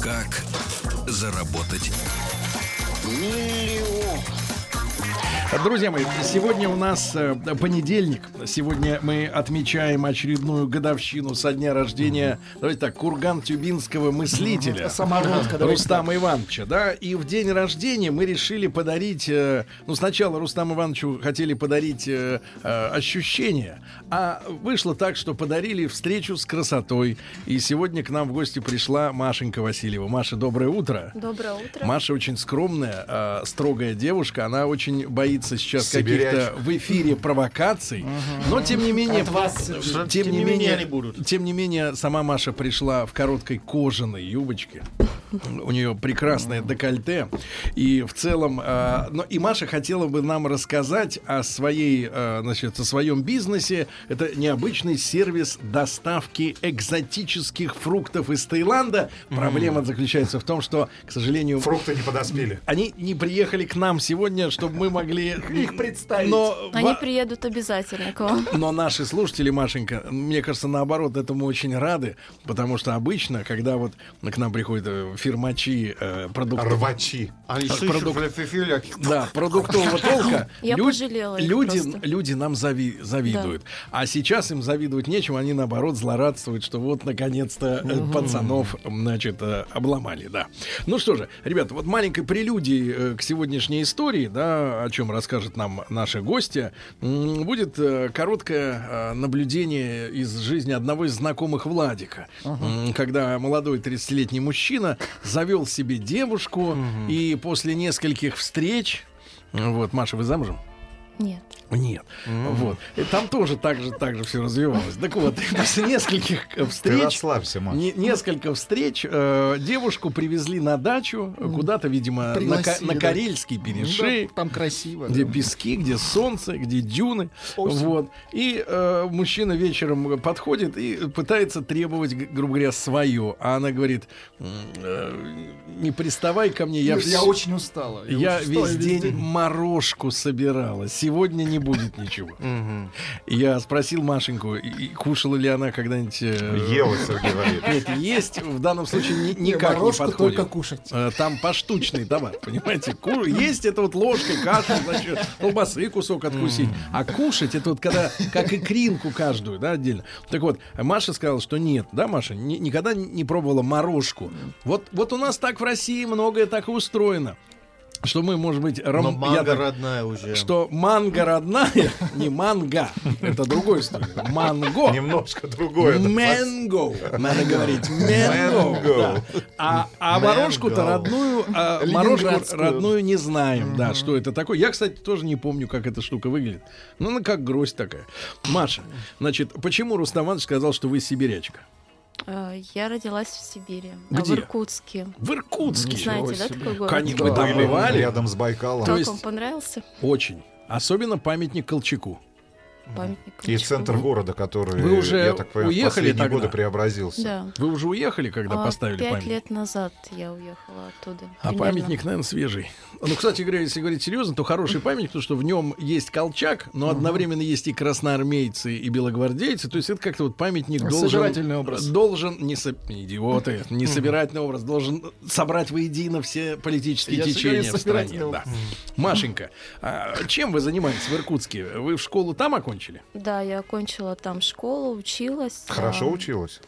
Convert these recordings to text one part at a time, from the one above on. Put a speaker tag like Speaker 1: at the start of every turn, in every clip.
Speaker 1: Как заработать
Speaker 2: Друзья мои, сегодня у нас э, понедельник. Сегодня мы отмечаем очередную годовщину со дня рождения, давайте так, курган-тюбинского мыслителя.
Speaker 3: Самородка, давайте
Speaker 2: Рустама Ивановича, да. И в день рождения мы решили подарить... э, Ну, сначала Рустаму Ивановичу хотели подарить э, э, ощущение, а вышло так, что подарили встречу с красотой. И сегодня к нам в гости пришла Машенька Васильева. Маша, доброе утро.
Speaker 4: Доброе утро.
Speaker 2: Маша очень скромная, а, строгая девушка. Она очень боится сейчас
Speaker 5: Сибирячка.
Speaker 2: каких-то в эфире провокаций. Но тем не менее,
Speaker 3: От вас,
Speaker 2: тем,
Speaker 3: что
Speaker 2: не
Speaker 3: меня
Speaker 2: менее,
Speaker 3: не будут.
Speaker 2: тем не менее, сама Маша пришла в короткой кожаной юбочке. У нее прекрасное декольте. И в целом, а, но и Маша хотела бы нам рассказать о своей, а, значит, о своем бизнесе. Это необычный сервис доставки экзотических фруктов из Таиланда. Проблема заключается в том, что, к сожалению,
Speaker 5: Фрукты не подоспели.
Speaker 2: они не приехали к нам сегодня, чтобы мы могли
Speaker 3: Их представить.
Speaker 2: Но,
Speaker 4: Они
Speaker 2: ва-
Speaker 4: приедут обязательно к вам.
Speaker 2: но наши слушатели, Машенька, мне кажется, наоборот, этому очень рады, потому что обычно, когда вот к нам приходят э, фирмачи э, продуктов,
Speaker 5: Рвачи.
Speaker 6: Они
Speaker 2: Так,
Speaker 6: слышат,
Speaker 2: продукт.
Speaker 6: фля- фля- фля-
Speaker 2: да, продуктового толка,
Speaker 4: Я
Speaker 2: лю-
Speaker 4: пожалела их
Speaker 2: люди,
Speaker 4: просто.
Speaker 2: люди нам зави- завидуют. А сейчас им завидовать нечем, они наоборот злорадствуют, что вот наконец-то э, пацанов, значит, э, обломали, да. Ну что же, ребята, вот маленькой прелюдии э, к сегодняшней истории, да, о чем расскажет нам наши гости, м, будет э, короткое э, наблюдение из жизни одного из знакомых Владика, М, когда молодой 30-летний мужчина завел себе девушку, и после нескольких встреч, э, вот, Маша, вы замужем?
Speaker 4: Нет.
Speaker 2: Нет. Вот. И там тоже так же, так же все развивалось. Так вот, и после нескольких э,
Speaker 5: Ты
Speaker 2: встреч...
Speaker 5: расслабься, Маш.
Speaker 2: не- несколько встреч э, девушку привезли на дачу, э, куда-то, видимо, на, ка-
Speaker 3: Пригласили,
Speaker 2: на
Speaker 3: да. Ну
Speaker 2: Карельский
Speaker 3: Да,
Speaker 2: бережей.
Speaker 3: там красиво.
Speaker 2: Где
Speaker 3: да.
Speaker 2: пески, где солнце, где дюны. Вот. И э, мужчина вечером подходит и пытается требовать, г- грубо говоря, свое. А она говорит, «М, э, не приставай ко мне, я,
Speaker 3: Ну, Я,
Speaker 2: вс-
Speaker 3: очень устала.
Speaker 2: я
Speaker 3: очень устала,
Speaker 2: весь день морожку собирала. Сегодня не будет ничего.
Speaker 6: Мгм.
Speaker 2: Я спросил Машеньку, и- и кушала ли она когда-нибудь... э,
Speaker 5: Ева, Сергей Валерьевич.
Speaker 2: Нет, есть в данном случае ни-
Speaker 3: Не,
Speaker 2: никак не
Speaker 3: морожку
Speaker 2: подходит.
Speaker 3: только кушать.
Speaker 2: Э, Там поштучный товар, понимаете? Ку- Есть это вот ложкой, каша, значит, колбасы кусок откусить. А кушать это вот когда, как икринку каждую, да, отдельно. Так вот, Маша сказала, что нет, да, Маша, ни- никогда не пробовала морожку. Вот, вот у нас так в России многое так и устроено. Что мы, может быть, ром...
Speaker 6: Но
Speaker 2: я
Speaker 6: манга
Speaker 2: так-
Speaker 6: родная уже.
Speaker 2: что манга родная, не манга, это другой история. Манго.
Speaker 5: Немножко другое.
Speaker 2: Мэнго. Надо говорить
Speaker 5: Mango.
Speaker 2: мэнго. да. А, а
Speaker 6: Mango.
Speaker 2: морожку-то родную, а, морожку
Speaker 3: Ленинградскую.
Speaker 2: родную не знаем, да, что это такое. Я, кстати, тоже не помню, как эта штука выглядит. Ну, она как гроздь такая. Маша, значит, почему Рустам Иванович сказал, что вы сибирячка?
Speaker 4: Э, Я родилась в Сибири, а в
Speaker 2: Где?
Speaker 4: Иркутске.
Speaker 2: В Иркутске.
Speaker 4: Знаете, да, такой город?
Speaker 2: Конечно,
Speaker 5: Вы
Speaker 2: вы там
Speaker 5: были
Speaker 2: бывали?
Speaker 5: рядом с Байкалом.
Speaker 2: То
Speaker 4: Как
Speaker 2: есть-
Speaker 4: вам понравился
Speaker 2: Очень. Особенно памятник Колчаку.
Speaker 4: памятник?
Speaker 5: И
Speaker 4: Колчаку?
Speaker 5: центр города, который,
Speaker 2: Вы уже
Speaker 5: я так понимаю, в
Speaker 2: уехали
Speaker 5: последние
Speaker 2: тогда?
Speaker 5: годы преобразился.
Speaker 4: Да.
Speaker 2: Вы уже уехали, когда
Speaker 4: А,
Speaker 2: поставили
Speaker 4: Пять
Speaker 2: памятник?
Speaker 4: лет назад я уехала оттуда.
Speaker 2: А
Speaker 4: примерно.
Speaker 2: памятник, наверное, свежий. Ну, кстати говоря, если говорить серьезно, то хороший памятник, потому что в нем есть Колчак, но одновременно есть и красноармейцы, и белогвардейцы. То есть это как-то вот памятник должен...
Speaker 3: Собирательный образ.
Speaker 2: Должен, не со- идиоты, не собирательный образ, должен собрать воедино все политические
Speaker 3: Я
Speaker 2: течения
Speaker 3: собираюсь
Speaker 2: в стране.
Speaker 3: собирательный
Speaker 2: да. Машенька, а чем вы занимаетесь в Иркутске? Вы в школу там окончили?
Speaker 4: Да, я окончила там школу, училась.
Speaker 5: Хорошо
Speaker 4: а,
Speaker 5: училась?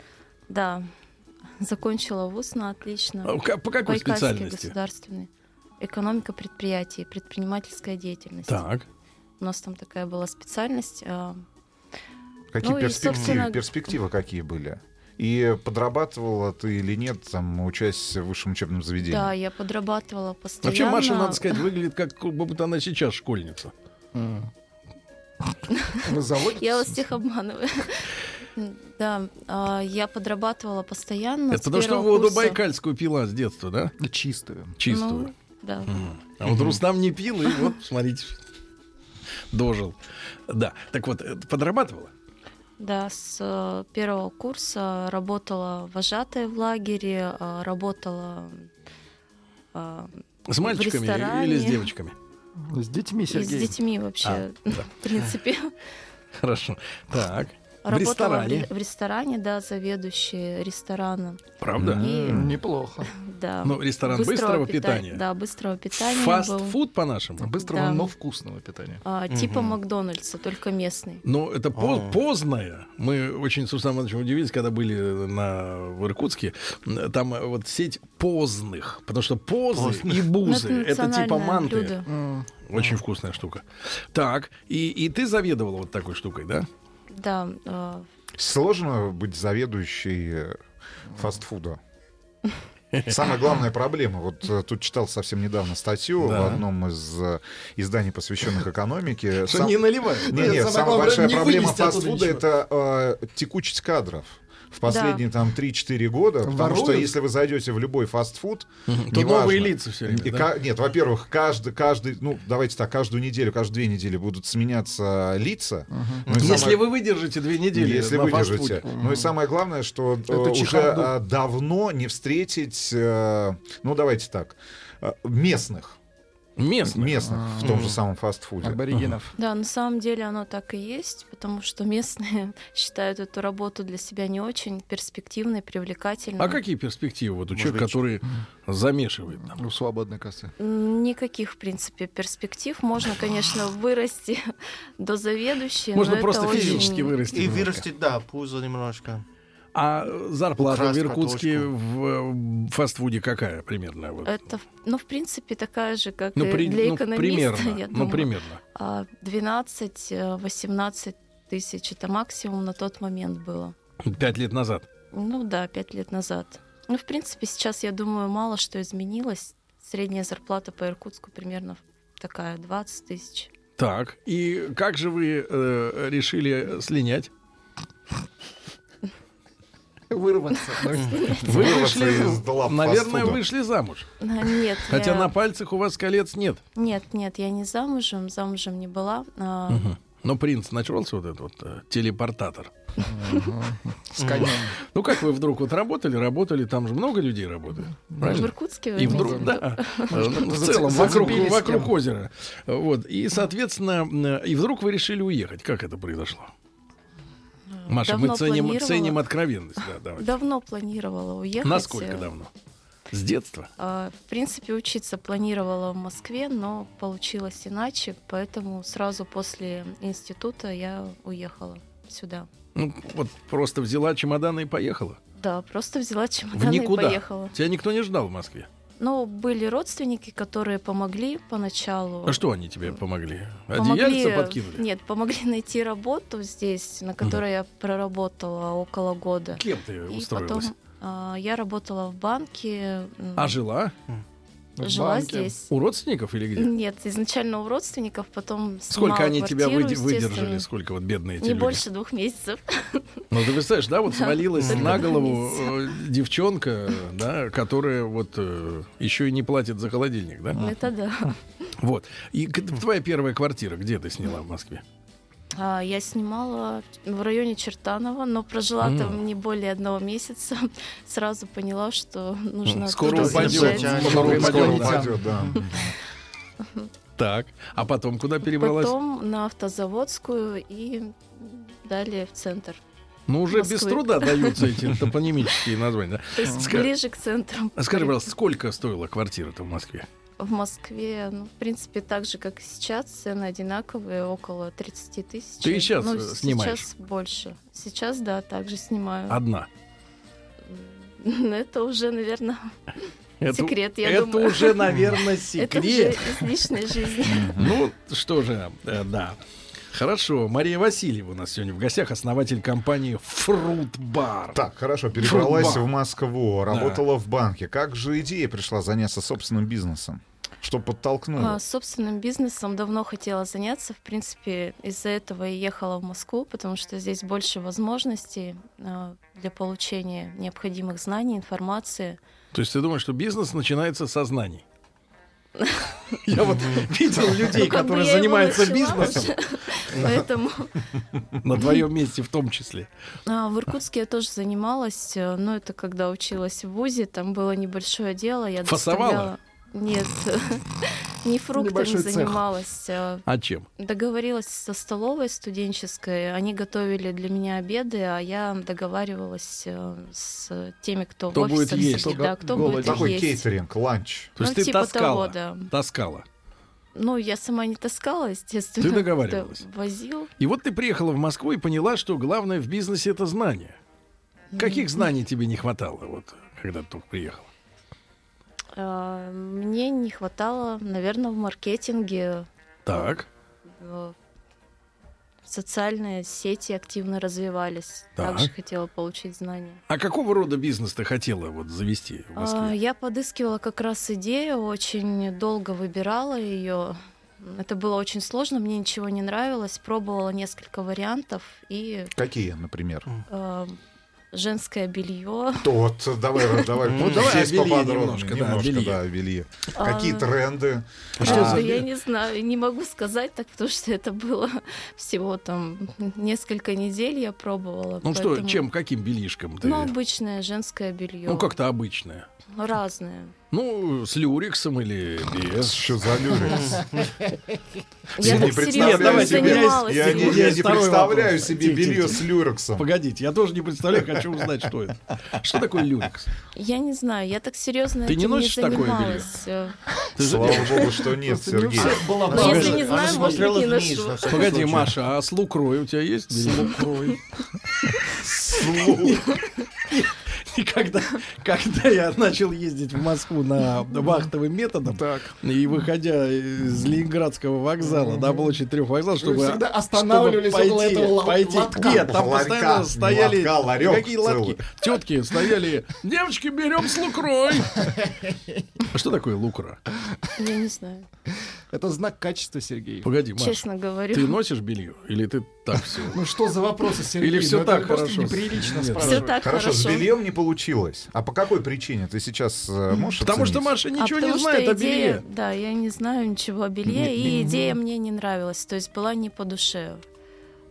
Speaker 4: Да. Закончила вуз на отлично.
Speaker 2: А к- По какой
Speaker 4: Байкальский
Speaker 2: специальности?
Speaker 4: государственный. Экономика предприятий, предпринимательская деятельность.
Speaker 2: Так.
Speaker 4: У нас там такая была специальность. а,
Speaker 5: Какие
Speaker 4: Ну и,
Speaker 5: перспективы?
Speaker 4: собственно,
Speaker 5: Перспективы какие были? И подрабатывала ты или нет, там, учась в высшем учебном заведении?
Speaker 4: Да, я подрабатывала постоянно.
Speaker 2: Вообще Маша, надо сказать, выглядит как будто она сейчас школьница.
Speaker 3: Вы заводитесь?
Speaker 4: Я вас всех обманываю. Да, а, я подрабатывала постоянно.
Speaker 2: Это
Speaker 4: с
Speaker 2: потому что
Speaker 4: первого
Speaker 2: воду
Speaker 4: Ну, курса.
Speaker 2: байкальскую пила с детства, да?
Speaker 3: Да Чистую.
Speaker 2: Чистую.
Speaker 4: Ну, да.
Speaker 2: А вот Рустам не пил, и вот, смотрите, дожил. Да, так вот, э, подрабатывала?
Speaker 4: Да, с э, первого курса работала вожатой в лагере, э, работала э,
Speaker 2: С мальчиками
Speaker 4: ресторане.
Speaker 2: или с девочками?
Speaker 3: С детьми,
Speaker 4: и с
Speaker 3: Сергей.
Speaker 4: детьми вообще,
Speaker 2: А, да.
Speaker 4: в принципе.
Speaker 2: Хорошо. Так. В
Speaker 4: Работала в ре-
Speaker 2: ресторане.
Speaker 4: в ресторане, да, заведующей ресторана.
Speaker 2: Правда?
Speaker 4: И,
Speaker 3: Неплохо.
Speaker 4: да,
Speaker 2: Ну, ресторан быстрого питания.
Speaker 4: Да, быстрого питания был.
Speaker 2: Фастфуд по-нашему.
Speaker 3: Быстрого,
Speaker 4: Да.
Speaker 3: но вкусного питания.
Speaker 4: А, типа
Speaker 2: Мгм.
Speaker 4: Макдональдса, только местный.
Speaker 2: Но это по-
Speaker 5: А.
Speaker 2: поздное. Мы очень с Рустамом Ивановичем удивились, когда были э, на, в Иркутске. М, Там э, вот сеть поздных. Потому что позы и
Speaker 4: Ну,
Speaker 2: бузы. Это, типа
Speaker 4: национальное
Speaker 2: манты.
Speaker 4: блюдо.
Speaker 3: М,
Speaker 2: Очень вкусная штука. Так, и, и ты заведовала вот такой штукой, да?
Speaker 4: Да, а,
Speaker 5: Сложно быть заведующей э, фастфуда. Самая главная проблема, вот э, тут читал совсем недавно статью
Speaker 2: Да.
Speaker 5: в одном из э, изданий, посвященных экономике.
Speaker 2: Что
Speaker 5: Сам-
Speaker 2: не наливай.
Speaker 5: Не,
Speaker 2: Да,
Speaker 5: не,
Speaker 2: самое
Speaker 5: самая
Speaker 2: главное,
Speaker 5: большая
Speaker 2: не
Speaker 5: проблема
Speaker 2: вынести оттуда
Speaker 5: фастфуда
Speaker 2: ничего.
Speaker 5: это э, текучесть кадров. В последние там 3-4 года, потому
Speaker 3: Воруют?
Speaker 5: что если вы зайдете в любой фастфуд,
Speaker 2: Мгм. То
Speaker 5: неважно.
Speaker 2: новые лица все время.
Speaker 5: И
Speaker 2: да?
Speaker 5: ка- Нет, во-первых, каждый, каждый, ну давайте так, каждую неделю, каждую две недели будут сменяться лица. Ну и
Speaker 2: Если
Speaker 5: самое-
Speaker 2: вы выдержите две недели,
Speaker 5: если
Speaker 2: на
Speaker 5: вы
Speaker 2: фастфуде.
Speaker 5: держите. Ну и самое главное, что э,
Speaker 2: Это
Speaker 5: уже
Speaker 2: чехарду.
Speaker 5: э, давно не встретить, э, ну давайте так, э, местных,
Speaker 2: Местные.
Speaker 5: местных в том же самом фастфуде.
Speaker 3: Аборигенов.
Speaker 4: Да, на самом деле оно так и есть, потому что местные считают эту работу для себя не очень перспективной, привлекательной.
Speaker 2: А какие перспективы? Вот у
Speaker 5: Может
Speaker 2: человека,
Speaker 5: быть,
Speaker 2: который замешивает. там?
Speaker 3: У свободной кассы.
Speaker 4: М, Никаких, в принципе, перспектив. Можно, конечно, вырасти до заведующей.
Speaker 2: Можно
Speaker 4: но
Speaker 2: просто
Speaker 4: ну, это
Speaker 2: физически
Speaker 4: очень...
Speaker 2: вырасти.
Speaker 6: И
Speaker 2: немножко.
Speaker 6: вырастет, да, пузо немножко.
Speaker 2: А зарплата в
Speaker 6: Украсть
Speaker 2: Иркутске
Speaker 6: картошку.
Speaker 2: в э, фастфуде какая примерно? Вот?
Speaker 4: Это, ну, в принципе, такая же, как и
Speaker 2: при-
Speaker 4: для
Speaker 2: ну,
Speaker 4: экономиста,
Speaker 2: примерно.
Speaker 4: я
Speaker 2: ну,
Speaker 4: думаю.
Speaker 2: примерно.
Speaker 4: А, 12-18 тысяч это максимум на тот момент было.
Speaker 2: Пять лет назад.
Speaker 4: Ну да, пять лет назад. Ну, в принципе, сейчас, я думаю, мало что изменилось. Средняя зарплата по Иркутску примерно такая 20 тысяч.
Speaker 2: Так. И как же вы э, решили слинять?
Speaker 3: Вырваться.
Speaker 2: Вы
Speaker 5: Вырваться из лап
Speaker 2: наверное,
Speaker 5: фастфуда.
Speaker 2: вышли замуж.
Speaker 4: А, Нет,
Speaker 2: Хотя
Speaker 4: я...
Speaker 2: на пальцах у вас колец нет.
Speaker 4: нет, нет, я не замужем, замужем не была. А,
Speaker 2: Мгм. Хм. Но принц начался вот этот вот э, телепортатор.
Speaker 3: С конем.
Speaker 2: Ну как вы вдруг вот работали, работали, там же много людей работает.
Speaker 4: В
Speaker 2: Правильно?
Speaker 4: Иркутске вы
Speaker 2: И
Speaker 4: имеете
Speaker 2: вдруг,
Speaker 4: в виду?
Speaker 2: да, ну, в
Speaker 3: зацеп-
Speaker 2: целом, вокруг,
Speaker 3: зацепились
Speaker 2: вокруг
Speaker 3: кем.
Speaker 2: озера. Вот. И, соответственно, э, и вдруг вы решили уехать. Как это произошло? Маша,
Speaker 4: Давно
Speaker 2: мы ценим,
Speaker 4: планировала.
Speaker 2: ценим откровенность. Да, давайте.
Speaker 4: Давно планировала уехать. э,
Speaker 2: Насколько давно? С детства?
Speaker 4: А, В принципе, учиться планировала в Москве, но получилось иначе, поэтому сразу после института я уехала сюда.
Speaker 2: Ну, вот просто взяла чемоданы и поехала.
Speaker 4: Да, просто взяла чемодан и
Speaker 2: никуда.
Speaker 4: поехала.
Speaker 2: Тебя никто не ждал в Москве.
Speaker 4: Но были родственники, которые помогли поначалу.
Speaker 2: А что они тебе помогли?
Speaker 4: Помогли- э,
Speaker 2: Одеяльца подкинули?
Speaker 4: Нет, помогли найти работу здесь, на которой я проработала около года.
Speaker 2: Кем ты
Speaker 4: И
Speaker 2: устроилась?
Speaker 4: потом а, я работала в банке. м,
Speaker 2: А жила?
Speaker 3: В
Speaker 4: жила
Speaker 3: банке.
Speaker 4: здесь.
Speaker 2: У родственников или где?
Speaker 4: Нет, изначально у родственников, потом снимала
Speaker 2: Сколько они тебя
Speaker 4: квартиру,
Speaker 2: выде- выдержали?
Speaker 4: естественно.
Speaker 2: Сколько вот бедные эти
Speaker 4: Не
Speaker 2: люди?
Speaker 4: больше двух месяцев.
Speaker 2: Ну, ты представляешь, да, вот свалилась
Speaker 4: только
Speaker 2: на
Speaker 4: два
Speaker 2: голову э, девчонка, да, которая вот еще и не платит за холодильник, да?
Speaker 4: Это да.
Speaker 2: Вот. И к- твоя первая квартира, где ты сняла в Москве?
Speaker 4: А, Я снимала в районе Чертанова, но прожила
Speaker 2: М.
Speaker 4: там не более одного месяца. Сразу поняла, что нужно
Speaker 2: Скоро
Speaker 4: оттуда
Speaker 6: упадёт.
Speaker 4: съезжать.
Speaker 6: Скоро
Speaker 5: Скоро
Speaker 2: упадёт,
Speaker 5: упадёт,
Speaker 2: да.
Speaker 5: упадёт, да.
Speaker 2: Так. А потом куда перебралась?
Speaker 4: Потом на автозаводскую и далее в центр.
Speaker 2: ну, уже без
Speaker 4: Москвы.
Speaker 2: труда даются эти топонимические названия.
Speaker 4: То есть
Speaker 2: Ска-
Speaker 4: ближе к центру.
Speaker 2: да. Скажи, пожалуйста, сколько стоила квартира-то в Москве?
Speaker 4: В Москве, ну, в принципе, так же, как и сейчас, цены одинаковые, около 30 тысяч.
Speaker 2: Ты и сейчас,
Speaker 4: Ну,
Speaker 2: э, снимаешь? А
Speaker 4: Сейчас больше. Сейчас, да, также снимаю.
Speaker 2: Одна.
Speaker 4: Ну, Это уже, наверное,
Speaker 2: Это-
Speaker 4: секрет, я
Speaker 2: это
Speaker 4: думаю.
Speaker 2: уже, наверное,
Speaker 4: это уже
Speaker 2: секрет.
Speaker 4: из личной жизни.
Speaker 2: Ну, что же, э, да. Хорошо, Мария Васильева у нас сегодня в гостях, основатель компании Fruit Bar.
Speaker 5: Так, хорошо, перебралась
Speaker 2: Фу, ба.
Speaker 5: в Москву, работала в банке. Как же идея пришла заняться собственным бизнесом? Что подтолкнуло?
Speaker 4: А, собственным бизнесом давно хотела заняться. В принципе, из-за этого и ехала в Москву, потому что здесь больше возможностей а, для получения необходимых знаний, информации.
Speaker 2: То есть ты думаешь, что бизнес начинается со знаний? Я вот видел людей,
Speaker 4: Ну, как бы
Speaker 2: которые
Speaker 4: я его
Speaker 2: занимаются
Speaker 4: начала
Speaker 2: бизнесом,
Speaker 4: уже, Поэтому
Speaker 2: на твоем месте в том числе.
Speaker 4: а, в Иркутске я тоже занималась, э, но это когда училась в ВУЗе, там было небольшое дело. Я
Speaker 2: Фасовала?
Speaker 4: доставляла- Нет, не фруктами
Speaker 3: Небольшой цех.
Speaker 4: занималась. а,
Speaker 2: А чем?
Speaker 4: Договорилась со столовой студенческой, они готовили для меня обеды, а я договаривалась э, с теми, кто,
Speaker 2: Кто
Speaker 4: в офисах
Speaker 2: будет есть,
Speaker 4: сидит,
Speaker 3: кто
Speaker 4: да, кто
Speaker 3: голоден.
Speaker 4: будет
Speaker 5: Такой
Speaker 4: есть.
Speaker 5: кейтеринг, ланч.
Speaker 2: То есть
Speaker 4: Ну,
Speaker 2: ты
Speaker 4: типа
Speaker 2: таскала.
Speaker 4: того, да.
Speaker 2: Таскала.
Speaker 4: Ну, я сама не таскала, естественно.
Speaker 2: Ты
Speaker 4: кто-то
Speaker 2: договаривалась?
Speaker 4: Возил.
Speaker 2: И вот ты приехала в Москву и поняла, что главное в бизнесе это знание. Каких знаний тебе не хватало, вот, когда ты только приехала?
Speaker 4: А, Мне не хватало, наверное, в маркетинге.
Speaker 2: Так,
Speaker 4: э, Социальные сети активно развивались.
Speaker 2: Так.
Speaker 4: Также хотела получить знания.
Speaker 2: а какого рода бизнес ты хотела вот завести в
Speaker 4: А,
Speaker 2: Москве?
Speaker 4: Я подыскивала как раз идею, очень долго выбирала ее. Это было очень сложно, мне ничего не нравилось. Пробовала несколько вариантов и
Speaker 5: Какие, например?
Speaker 4: э, женское белье.
Speaker 5: Тот, давай, давай,
Speaker 6: Ну,
Speaker 5: вот
Speaker 2: давай
Speaker 5: здесь
Speaker 2: о белье
Speaker 5: поподробнее.
Speaker 2: немножко, да, о белье.
Speaker 5: да, о белье.
Speaker 4: А.
Speaker 5: Какие тренды?
Speaker 2: А Что за-
Speaker 4: я не знаю, не могу сказать так, потому что это было всего там несколько недель я пробовала.
Speaker 2: Ну что,
Speaker 4: поэтому-
Speaker 2: чем, каким бельишком ты?
Speaker 4: Ну, обычное женское белье.
Speaker 2: Ну, как-то обычное.
Speaker 4: Разное.
Speaker 2: Ну, с люриксом или без.
Speaker 5: Что за люди?
Speaker 4: Я
Speaker 2: представляю
Speaker 4: так серьезно
Speaker 2: себе. Я-
Speaker 4: не занималась.
Speaker 5: Я не,
Speaker 4: им.
Speaker 5: я
Speaker 2: Есть
Speaker 5: не
Speaker 2: второй
Speaker 5: представляю
Speaker 2: вопрос.
Speaker 5: себе
Speaker 2: Тихо,
Speaker 5: белье
Speaker 2: тихо,
Speaker 5: с люрексом.
Speaker 2: Погодите, я тоже не представляю, хочу узнать, что это. Что такое люрикс?
Speaker 4: Я не знаю, я так серьезно
Speaker 2: Ты не
Speaker 4: этим
Speaker 2: носишь такое белье?
Speaker 4: занималась. Э,
Speaker 5: Слава богу, что нет,
Speaker 3: Просто не
Speaker 5: Сергей.
Speaker 3: все.
Speaker 6: Была
Speaker 4: Ну, если не знаю, может,
Speaker 6: смотрела
Speaker 4: не
Speaker 6: вниз.
Speaker 4: ношу.
Speaker 6: на всякий
Speaker 2: Погоди,
Speaker 6: случай.
Speaker 2: Маша, а с лукрой у тебя есть? С лукрой.
Speaker 5: Слух.
Speaker 2: И когда, когда я начал ездить в Москву на вахтовым методом,
Speaker 3: Так.
Speaker 2: и выходя из Ленинградского вокзала на площадь трех вокзалов, чтобы
Speaker 3: всегда останавливались
Speaker 2: чтобы
Speaker 3: около этого ло-
Speaker 2: пойти,
Speaker 3: лотка.
Speaker 2: Нет, там
Speaker 5: Ларька,
Speaker 2: постоянно стояли
Speaker 5: лотка, ларек
Speaker 2: какие лотки. Тетки стояли. Девочки, берем с лукрой. А Что такое лукра?
Speaker 4: Я не знаю,
Speaker 3: Это знак качества, Сергей.
Speaker 2: Погоди, Маш,
Speaker 4: честно
Speaker 2: ты ну,
Speaker 4: говорю.
Speaker 2: носишь белье или ты так все?
Speaker 3: Ну что за вопросы, Сергей?
Speaker 2: Или всё
Speaker 3: Ну, это
Speaker 2: так
Speaker 3: просто
Speaker 2: хорошо?
Speaker 3: неприлично
Speaker 2: Нет.
Speaker 4: Все
Speaker 3: спрашивать.
Speaker 4: так
Speaker 5: Хорошо,
Speaker 4: хорошо.
Speaker 5: с бельем не получилось. А по какой причине ты сейчас э, можешь
Speaker 2: Потому что
Speaker 5: оценить?
Speaker 2: Маша
Speaker 4: А
Speaker 2: ничего
Speaker 4: потому
Speaker 2: не
Speaker 4: что
Speaker 2: знает о
Speaker 4: идея-
Speaker 2: белье.
Speaker 4: Да, я не знаю ничего о белье, и идея мне не нравилась, то есть была не по душе.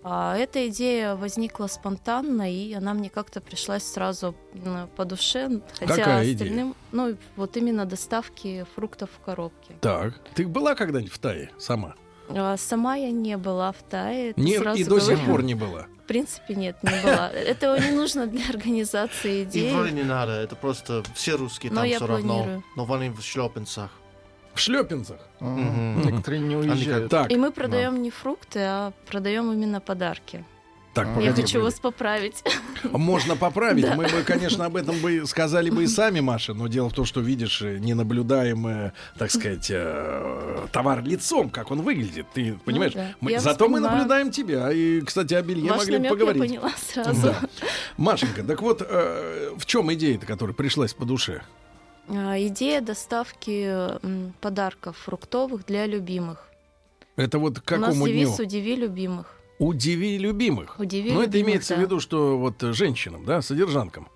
Speaker 4: А эта идея возникла спонтанно, и она мне как-то пришлась сразу м, по душе, хотя
Speaker 2: Какая идея?
Speaker 4: остальным, ну вот именно доставки фруктов в коробке.
Speaker 2: Так, ты была когда-нибудь в Тае сама?
Speaker 4: А Сама я не была в Тае. это
Speaker 2: Нет,
Speaker 4: сразу
Speaker 2: и до сих
Speaker 4: говорю.
Speaker 2: пор не была.
Speaker 4: В принципе, нет, не была. Этого не нужно для организации
Speaker 6: И вроде
Speaker 4: идеи.
Speaker 6: не надо, это просто все русские
Speaker 4: Но
Speaker 6: там
Speaker 4: я
Speaker 6: все равно.
Speaker 4: планирую.
Speaker 6: Но они в шлепенцах.
Speaker 2: В шлепинцах.
Speaker 3: Мгм. Некоторые не
Speaker 2: А
Speaker 3: уезжают.
Speaker 2: Так,
Speaker 4: И мы продаем не фрукты, а продаем именно подарки.
Speaker 2: так,
Speaker 3: Я
Speaker 4: Я
Speaker 2: погоди.
Speaker 4: хочу вас поправить.
Speaker 2: Можно поправить.
Speaker 4: Да.
Speaker 2: Мы бы, конечно, об этом бы сказали бы и сами, Маша, но дело в том, что видишь э, ненаблюдаемое, так сказать, э, товар лицом, как он выглядит. Ты понимаешь?
Speaker 4: Ну да.
Speaker 2: Мы-
Speaker 4: Я вас
Speaker 2: зато мы
Speaker 4: понимаю.
Speaker 2: наблюдаем тебя. И, кстати, о белье
Speaker 4: Ваш
Speaker 2: могли бы
Speaker 4: намек я
Speaker 2: поговорить.
Speaker 4: поняла сразу.
Speaker 2: Да. Машенька, так вот, э, в чем идея-то, которая пришлась по душе?
Speaker 4: А, Идея доставки м, подарков фруктовых для любимых.
Speaker 2: Это вот к
Speaker 4: У нас
Speaker 2: какому дню?
Speaker 4: девиз «Удиви любимых».
Speaker 2: Удиви любимых.
Speaker 4: Удиви
Speaker 2: Но это
Speaker 4: любимых,
Speaker 2: имеется в
Speaker 4: да.
Speaker 2: виду, что вот э, женщинам, да, содержанкам.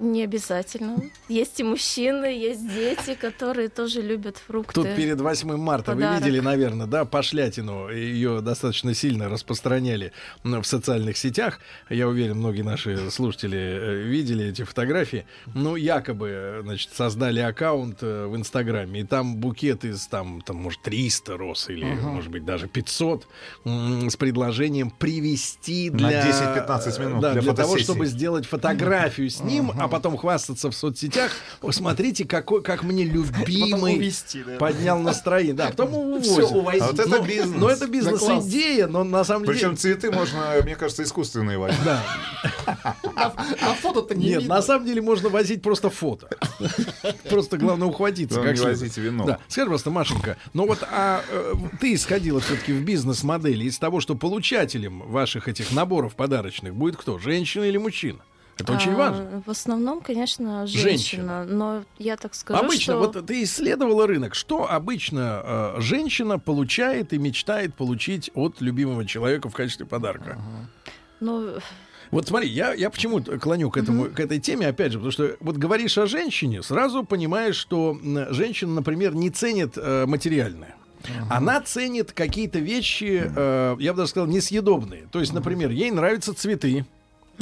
Speaker 4: Не обязательно. Есть и мужчины, есть дети, которые тоже любят
Speaker 2: Тут
Speaker 4: фрукты.
Speaker 2: перед 8 марта
Speaker 4: Подарок.
Speaker 2: вы видели, наверное, да, пошлятину. Ее достаточно сильно распространяли м, в социальных сетях. Я уверен, многие наши слушатели э, видели эти фотографии. Ну, якобы, э, значит, создали аккаунт э, в Инстаграме, и там букет из, там, там может, 300 роз или, может быть, даже 500 м, с предложением привести
Speaker 5: На
Speaker 2: для... э,
Speaker 5: 10-15 минут
Speaker 2: да,
Speaker 5: для
Speaker 2: для того,
Speaker 5: фотосессии.
Speaker 2: чтобы сделать фотографию с ним, а потом хвастаться в соцсетях. О, смотрите, какой, как мне любимый
Speaker 3: увезти, да.
Speaker 2: поднял настроение. Да, потом
Speaker 3: Всё
Speaker 2: увозят.
Speaker 3: увозить.
Speaker 5: А вот это
Speaker 2: Но,
Speaker 5: бизнес.
Speaker 2: но это
Speaker 3: класс.
Speaker 2: бизнес-идея, но на самом деле...
Speaker 5: Причем цветы можно, мне кажется, искусственные возить.
Speaker 2: Да.
Speaker 3: А фото-то не
Speaker 2: Нет,
Speaker 3: видно.
Speaker 2: на самом деле можно возить просто фото. Просто главное ухватиться.
Speaker 5: Главное,
Speaker 2: как
Speaker 5: не
Speaker 2: следует.
Speaker 5: возите вино.
Speaker 2: Да. Скажи просто, Машенька, ну вот а э, ты исходила все-таки в бизнес-модели из того, что получателем ваших этих наборов подарочных будет кто? Женщина или мужчина? Это очень
Speaker 4: А,
Speaker 2: важно.
Speaker 4: В основном, конечно,
Speaker 2: Женщина.
Speaker 4: женщина. Но я так скажу,
Speaker 2: обычно,
Speaker 4: что...
Speaker 2: вот ты исследовала рынок, что обычно э, женщина получает и мечтает получить от любимого человека в качестве подарка?
Speaker 4: Ну,
Speaker 2: Вот смотри, я, я почему клоню к, этому, к этой теме, опять же, потому что вот говоришь о женщине, сразу понимаешь, что м, женщина, например, не ценит э, материальное. Она ценит какие-то вещи, э, я бы даже сказал, несъедобные. То есть, например, ей нравятся цветы.